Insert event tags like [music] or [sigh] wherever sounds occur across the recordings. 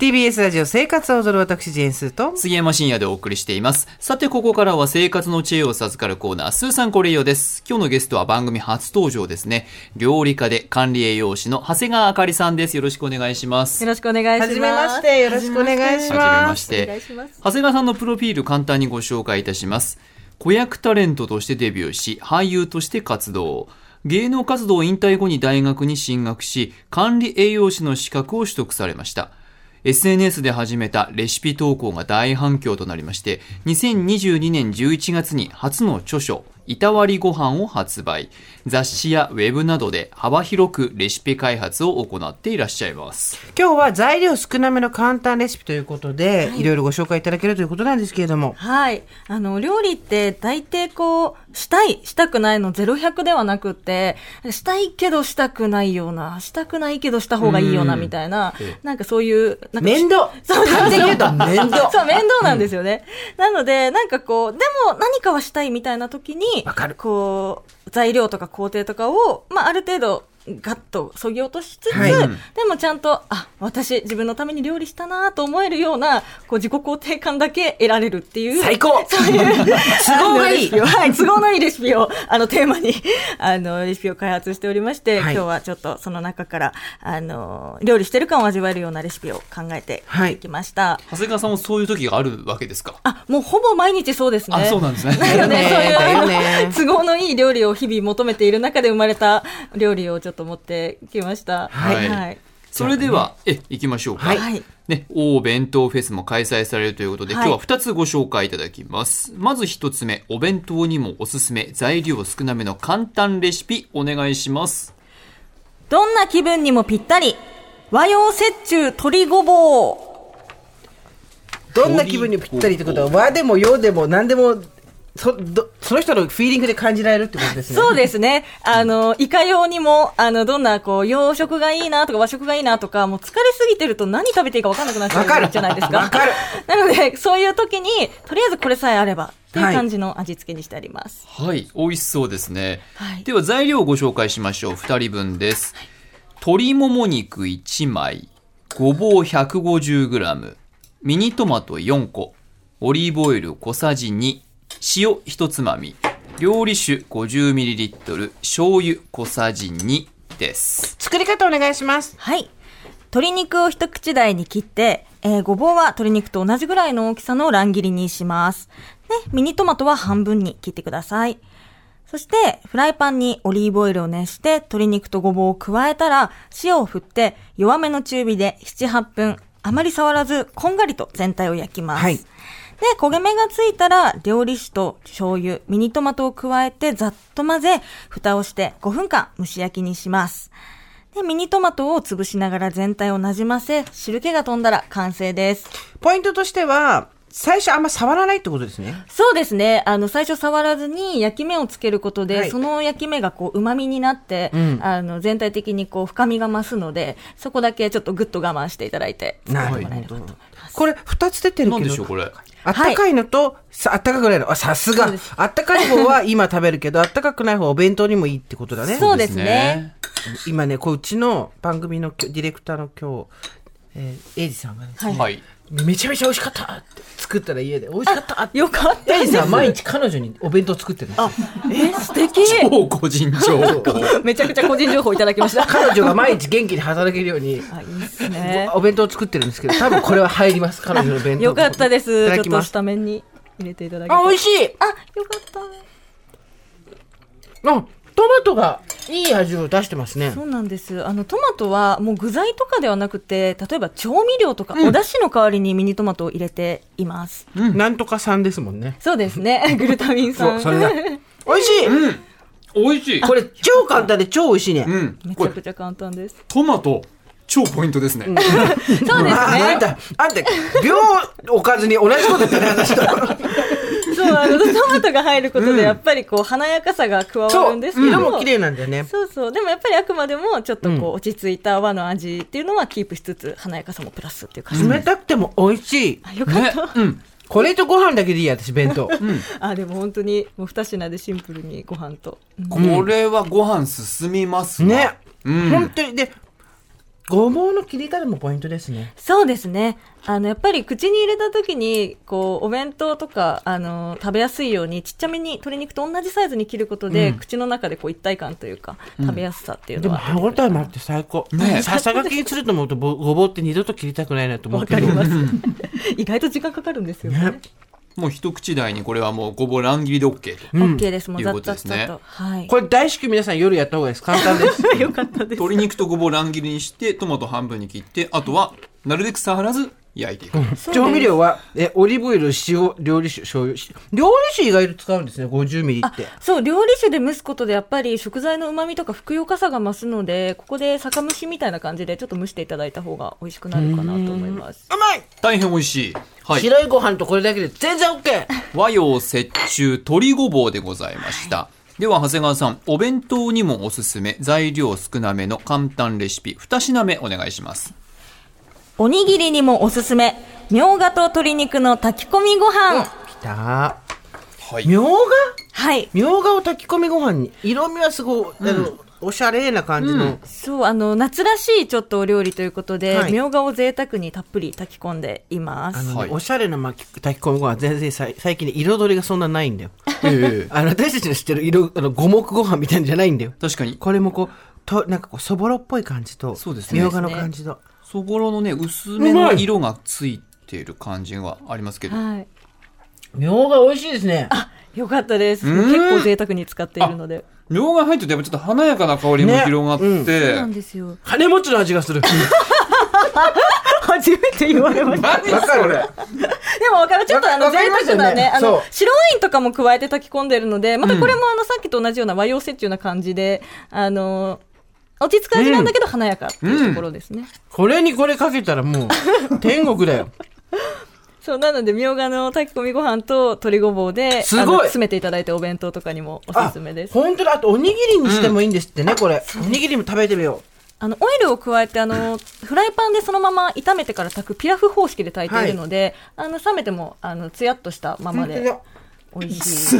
TBS ラジオ生活を踊る私ジェーンスーと杉山深夜でお送りしています。さて、ここからは生活の知恵を授かるコーナー、スーさんこれよです。今日のゲストは番組初登場ですね。料理家で管理栄養士の長谷川あかりさんです。よろしくお願いしますよ。ろしくお願いします。はじめましてよろしくお願いしはじめまましすお願いてします。長谷川さんのプロフィール簡単にご紹介いたします。子役タレントとしてデビューし、俳優として活動。芸能活動引退後に大学に進学し、管理栄養士の資格を取得されました。SNS で始めたレシピ投稿が大反響となりまして、2022年11月に初の著書、いたわりご飯を発売。雑誌やウェブなどで幅広くレシピ開発を行っていらっしゃいます。今日は材料少なめの簡単レシピということで、い、ろいろご紹介いただけるということなんですけれどもはい。あの、料理って大抵こう、したい、したくないの0100ではなくって、したいけどしたくないような、したくないけどした方がいいようなみたいなえ、なんかそういう、なんか面倒そう完全に言うと面倒 [laughs] そう、面倒なんですよね。なので、なんかこう、でも何かはしたいみたいな時に、わかるこう、材料とか工程とかを、まあ、ある程度、ガッとそぎ落としつつ、はいでもちゃんと、あ、私、自分のために料理したなと思えるような、こう、自己肯定感だけ得られるっていう。最高そういう、都合がいいレシピをはい、都合のいいレシピを、あの、テーマに、あの、レシピを開発しておりまして、はい今日はちょっとその中から、あの、料理してる感を味わえるようなレシピを考えてはいきました。長谷川さんもそういう時があるわけですかあ、もうほぼ毎日そうですね。あ、そうなんですね。なので、そういうだよあねの [laughs] 都合のいい料理を日々求めている中で生まれた料理をちょっと持ってきました。はいはい。それでは、え、行きましょうか。はいはいね、大弁当フェスも開催されるということで、はい今日は2つご紹介いただきます。まず1つ目、お弁当にもおすすめ、材料少なめの簡単レシピ、お願いします。どんな気分にもぴったり。和洋折衷鶏ごぼう。どんな気分にぴったりってことは和でも洋でも何でもそどその人のフィーリングで感じられるってことですねそうですね。あの、いかようにも、あの、どんな、こう、洋食がいいなとか和食がいいなとか、もう疲れすぎてると何食べていいか分かんなくなっちわかゃるうじゃないですか。わかる [laughs] なので、そういう時に、とりあえずこれさえあれば、っていう感じの味付けにしてあります。はい、美味しそうですね。はいでは、材料をご紹介しましょう。2人分です。鶏もも肉1枚、ごぼう 150g、ミニトマト4個、オリーブオイル小さじ2、塩1つまみ、料理酒 50ml、醤油小さじ2です。作り方お願いしますはい。鶏肉を一口大に切って、えーごぼうは鶏肉と同じぐらいの大きさの乱切りにします。ね、ミニトマトは半分に切ってください。そして、フライパンにオリーブオイルを熱して、鶏肉とごぼうを加えたら、塩を振って、弱めの中火で7、8分、あまり触らず、こんがりと全体を焼きます。はいで、焦げ目がついたら、料理酒と醤油、ミニトマトを加えて、ざっと混ぜ、蓋をして5分間蒸し焼きにします。で、ミニトマトを潰しながら全体をなじませ、汁気が飛んだら完成です。ポイントとしては最初あんま触らないってことですねそうですね。あの、最初触らずに焼き目をつけることで、はいその焼き目がこう、旨味になって、あの、全体的にこう、深みが増すので、そこだけちょっとぐっと我慢していただいて。なるほど。これ二つ出てるけど。なんでしょうこれあったかいのと、さあったかくないの。あ、さすが。あったかい方は [laughs] 今食べるけど、あったかくない方はお弁当にもいいってことだね。そうですね。今ね、こううちの番組のきょディレクターの今日、えー、エイジさんがね、はい。はい。めちゃめちゃ美味しかったって作ったら家で、美味しかったって。よかったエイでジすさんは毎日彼女にお弁当作ってるんですよ。え、素 [laughs] 敵超個人情 [laughs] 報。めちゃくちゃ個人情報いただき [laughs] ました。彼女が毎日元気に働けるように、あ、いいですね。お弁当を作ってるんですけど、多分これは入ります、彼女の弁当。よかったでいす。たちょだっきまとすス。タメンに入れていただきあ、美味しい。しいあ、よかった。あ、トマトがいい味を出してますね。そうなんですあのトマトはもう具材とかではなくて例えば調味料とかお出汁の代わりにミニトマトを入れています、なんとかさんですもんね。そうです [laughs] ねグルタミンそ酸う、それだ。美味しい、美味しい。これ超簡単で超美味しいね。うん。めちこゃれくちゃ簡単ですトマト、超ポイントですね。そうですああんねた、あんた、秒おかずに同じこと言ったね、私と。そうあのトマトが入ることでやっぱりこう華やかさが加わそるんう、ですけど色も綺麗なんだよね。そうそうでもやっぱりあくまでもちょっとこう落ち着いた和の味っていうのはキープしつつ華やかさもプラスっていう感じ、冷たくても美味しい。あよかっねた、。うん。これとご飯だけでいいや、私、弁当。あでも本当にもう二品でシンプルにご飯と、うんこれはご飯進みますわね。うん本当に。で、ごぼうの切り方もポイントですね。そうですね。あの、やっぱり口に入れた時に、こう、お弁当とか、あの、食べやすいように、ちっちゃめに鶏肉と同じサイズに切ることで、口の中でこう一体感というか、食べやすさっていうでのもは。歯応えもあって最高。ねえささがきにすると思うとぼごぼうって二度と切りたくないなと思うけど。す。 [laughs] 意外と時間かかるんですよねね。もう一口大にこれはもうごぼう乱切りで OK と。オッケーです。もういうざこっとざでっすざねっと。はい。これ大至急皆さん夜やった方がいいです。簡単です。よかったです。鶏肉とごぼう乱切りにしてトマト半分に切ってあとはなるべく触らず焼いていく。そうです調味料はえオリーブオイル、塩、料理酒、醤油。料理酒意外と使うんですね、50ミリって。そう、料理酒で蒸すことで、やっぱり食材の旨味とかふくよかさが増すので、ここで酒蒸しみたいな感じで、ちょっと蒸していただいた方が美味しくなるかなと思います。うまい、大変美味しい。はい。白いご飯とこれだけで全然 OK! 和洋折衷鶏ごぼうでございました、では長谷川さんお弁当にもおすすめ材料少なめの簡単レシピ2品目お願いしますおにぎりにもおすすめ、みょうがと鶏肉の炊き込みご飯。きたは [laughs] ー。みょうがはい。みょうがを炊き込みご飯に。色味はすごい、あの、おしゃれな感じの。そう、あの、夏らしいちょっとお料理ということで、はいみょうがを贅沢にたっぷり炊き込んでいまあす。のねはいおしゃれな巻き炊き込みご飯は全然さい最近ね彩りがそんなないんだよ。ええあの私たちの知ってる色あの五目ご飯みたいなんじゃないんだよ。確かにこれもこうとなんかこうそぼろっぽい感じとそうですねみょうがの感じと。そぼろのね薄めの色がついている感じがありますけどはい。みょうが美味しいですね。よかったです。うん結構贅沢に使っているので。みょうが入っててもちょっと華やかな香りもね広がって、そうなんですよ。金持ちの味がす [laughs] る。初めて言われました。何そ [laughs] れでも分かる、ちょっとあのわか贅ります沢よねなね、あそのう白ワインとかも加えて炊き込んでるので、またこれもあのさっきと同じような和洋折衷な感じで、あの、落ち着く味なんだけど華やかっていうところですね。これにこれかけたらもう天国だよ。そう、なので、みょうがの炊き込みご飯と鶏ごぼうで、すごいあの詰めていただいてお弁当とかにもおすすめです。あ本当だ。あとおにぎりにしてもいいんですってね、これ。おにぎりも食べてみよの、オイルを加えて、あの、フライパンでそのまま炒めてから炊くピラフ方式で炊いているので、あの、冷めても、あの、つやっとしたまう。ま本当でだ美味しい。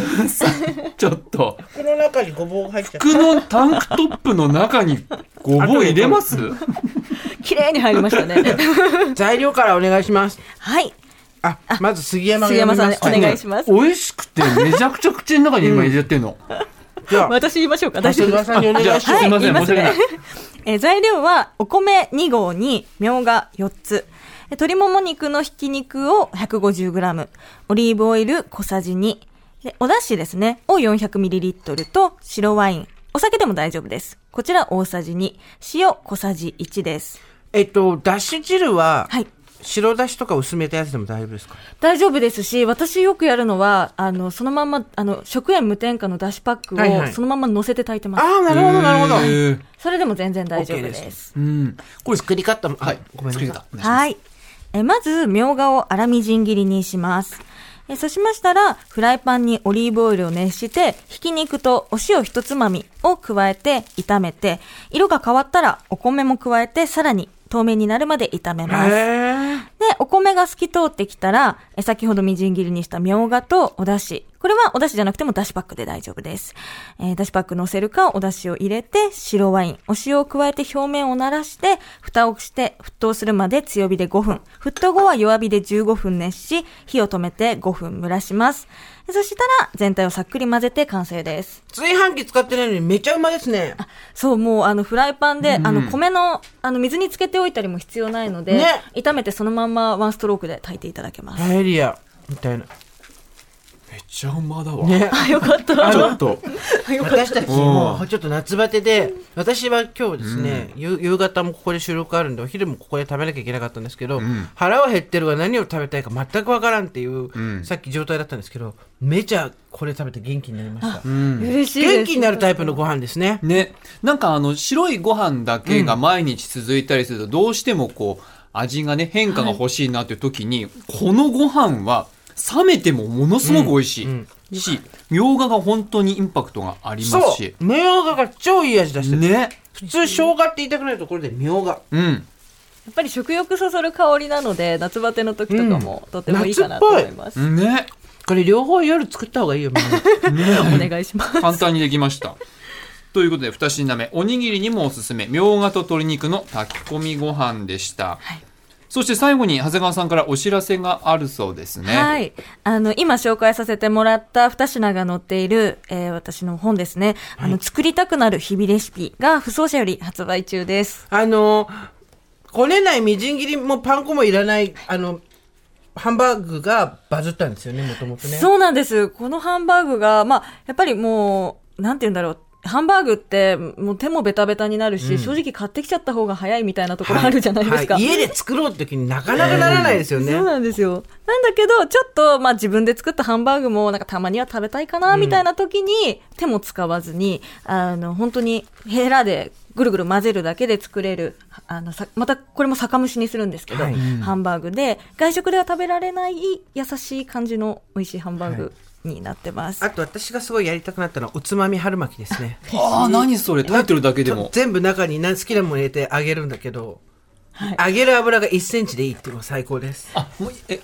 ちょっとこの中にごぼうが入ってる。服のタンクトップの中にごぼう入れます綺麗に入り [laughs] ましたね。材料からお願いします。はい。あ、まず杉山が杉山さんね、お読み願いますします。美味しくてめちゃくちゃ口の中に今入れてんの、じゃあ、私言いましょうか長大丈谷夫で川すさんにお願いします。あすいませんは申いし訳ない言いますね [laughs] えー材料はお米2合にみょうが4つえー鶏もも肉のひき肉を 150g オリーブオイル小さじ2でお出汁ですねを 400ml と白ワインお酒でも大丈夫ですこちら大さじ2塩小さじ1ですえっと、だし汁は、はい白だしとか薄めたやつでも大丈夫ですか大丈夫ですし、私よくやるのは、あの、そのまんま、あの、食塩無添加のだしパックはいはをいそのまま乗せて炊いてます。ああ、なるほど、なるほど。へえそれでも全然大丈夫 OK でですす。うんこれ作り方も、はいごめんなさ作りい。方お願いしますはい。え、まず、みょうがを粗みじん切りにします。え、そうしましたら、フライパンにオリーブオイルを熱して、ひき肉とお塩一つまみを加えて炒めて、色が変わったらお米も加えて、さらに透明になるまで炒めまへす。え。で、お米が透き通ってきたら、え先ほどみじん切りにしたみょうがとお出汁。これはお出汁じゃなくてもだしパックで大丈夫です。えー、だしパック乗せるか、お出汁を入れて、白ワイン、お塩を加えて表面を慣らして、蓋をして沸騰するまで強火で5分。沸騰後は弱火で15分熱し、火を止めて5分蒸らします。えそしたら、全体をさっくり混ぜて完成です。炊飯器使ってないのにめちゃうまですね。そう、もうあのフライパンで、あの米の、あの水につけておいたりも必要ないので、ね炒めてそのまんまワンストロークで炊いていただけます。パエリア、みたいな。めっちゃうまだわ、ね。あ、 [laughs] よかった。ちょっと私たちもうちょっと夏バテで、私は今日ですね、夕夕方もここで収録あるんで、お昼もここで食べなきゃいけなかったんですけど、腹は減ってるが何を食べたいか全くわからんっていう、さっき状態だったんですけど、めちゃこれ食べて元気になりました。嬉しいです。元気になるタイプのご飯ですね。ねなんかあの白いご飯だけが毎日続いたりするとどうしてもこう味がね変化が欲しいなっていう時に、このご飯は冷めてもものすごく美味しい、しみょうがが本当にインパクトがありまそうすし。みょうがが超いい味出してる。ね普通、生姜って言いたくないところでみょうが。うんやっぱり食欲そそる香りなので、夏バテの時とかもとてもいいかなと思います。 [laughs] ねこれ両方夜作った方がいいよ、みんな。お願いします。簡単にできましたということで、二品目、おにぎりにもおすすめ、みょうがと鶏肉の炊き込みご飯でした。そして最後に、長谷川さんからお知らせがあるそうですね。はい。あの、今紹介させてもらった二品が載っている、えー私の本ですね。あの、作りたくなる日々レシピが、不走者より発売中です。あの、こねないみじん切りもパン粉もいらない、あの、ハンバーグがバズったんですよね、もともとね。そうなんです。このハンバーグが、まあ、やっぱりもう、なんて言うんだろう。ハンバーグって、もう手もベタベタになるし、正直買ってきちゃった方が早いみたいなところあるじゃないですか。は家で作ろうときになかなかならないですよね。そうなんですよ。なんだけど、ちょっと、まあ自分で作ったハンバーグも、なんかたまには食べたいかな、みたいな時に、手も使わずに、あの、本当にヘラでぐるぐる混ぜるだけで作れる、あの、さまたこれも酒蒸しにするんですけど、はいハンバーグで、外食では食べられない優しい感じの美味しいハンバーグになってます。あと私がすごいやりたくなったのはおつまみ春巻きですね。ああ、何それ、タイトルだけでも。全部中に何好きなもの入れて揚げるんだけど、はい揚げる油が1センチでいいっていうのは最高です。あ、もう、え、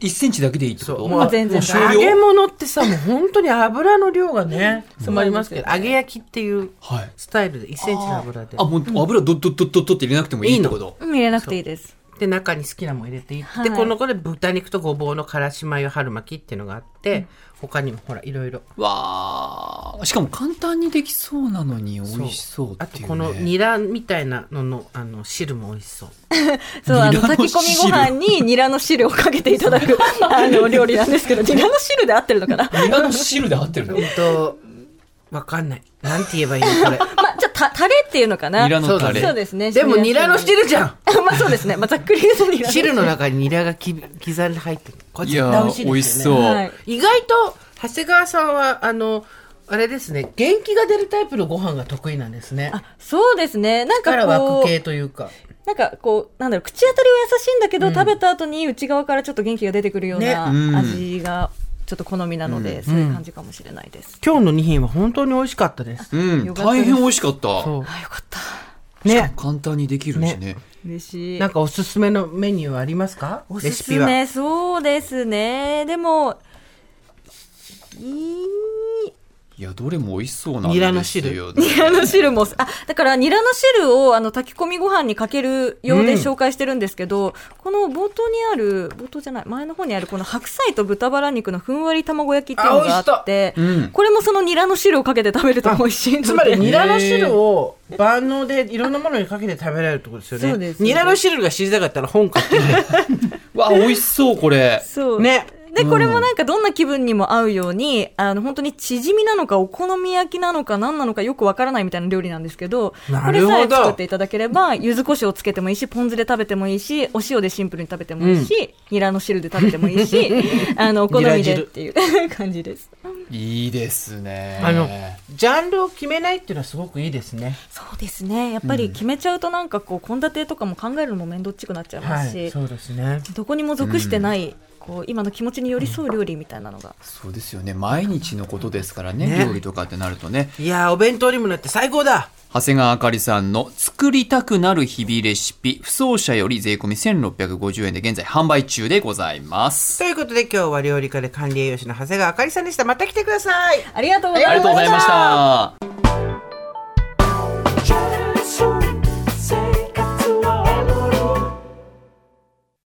1センチだけでいいってことそうもう全然終揚げ了物ってさ、もう本当に油の量がね、詰まりますけど、揚げ焼きっていうはい。スタイルで1センチの油であ、。もう油ドッドッドッドッドって入れなくてもいいってことうん入れなくていいです。で、中に好きなもん入れていって、はいこの子で豚肉とごぼうのからしマヨ春巻きっていうのがあって、他にもほら、いろいろ。わあしかも簡単にできそうなのに美味しそうあってという、ね、このニラみたいなののあの汁も美味しそう。そう、あニの、ラの炊き込みご飯にニラの汁をかけていただく、あの、料理なんですけど、ニラの汁で合ってるのかなニラの汁で合って [laughs] るのうんと、わかんない。なんて言えばいいのこれ。まあ、じゃあ、た、タレっていうのかなニラのタレそうですね。でもニラの汁。汁じゃん [laughs] まあそうですね。まあざっくり言うとニラ汁の中にニラがき刻んで入ってる。これい絶対や美味しいですーよね美味しそう、はい。意外と、長谷川さんは、あの、あれですね、元気が出るタイプのご飯が得意なんですね。あ、そうですね。なんかからこ枠系う、というか。なんかこう、なんだろう、口当たりは優しいんだけど、食べた後に内側からちょっと元気が出てくるようなねうん味が、ちょっと好みなので、そういう感じかもしれないです。今日の2品は本当に美味しかったです。うんよかった大です変美味しかったそあ、よかった。う。ね。簡単にできるしね嬉しい。なんかおすすめのメニューはありますかおすすレシピは。め、そうですね。でも、いいいやどれも美味しそうなんですよ、ね、ニラの汁ニラの汁も、あ、だからニラの汁をあの炊き込みご飯にかけるようで紹介してるんですけど、この冒頭にある、冒頭じゃない、前の方にあるこの白菜と豚バラ肉のふんわり卵焼きっていうのがあって、うんこれもそのニラの汁をかけて食べると美味しいので。つまり、ニラの汁を万能でいろんなものにかけて食べられるってことですよね。そうですニラの汁が知りたかったら本買 [laughs] ってね。わ美味しそうこれそう。ね。で、これもなんかどんな気分にも合うように、あの、本当に縮みなのかお好み焼きなのか何なのかよくわからないみたいな料理なんですけど、なこれるほどさえ作っていただければ、柚子胡椒をつけてもいいし、ポン酢で食べてもいいし、お塩でシンプルに食べてもいいし、ニラの汁で食べてもいいし、あの、お好みでっていう感じです。いいですねあの、ジャンルを決めないっていうのはすごくいいですね。そうですね。やっぱり決めちゃうとなんかこう、献立とかも考えるのも面倒っちくなっちゃいまはすし、い。そうですね。どこにも属してない、こう、今の気持ちに寄り添う料理みたいなのが。そうですよね毎日のことですからねね料理とかってなるとねいやー、お弁当にもなって最高だ長谷川あかりさんの作りたくなる日々レシピ不走者より税込み1650円で現在販売中でございますということで今日は料理家で管理栄養士の長谷川あかりさんでした。また来てくださいありがとうございまありがとうございました。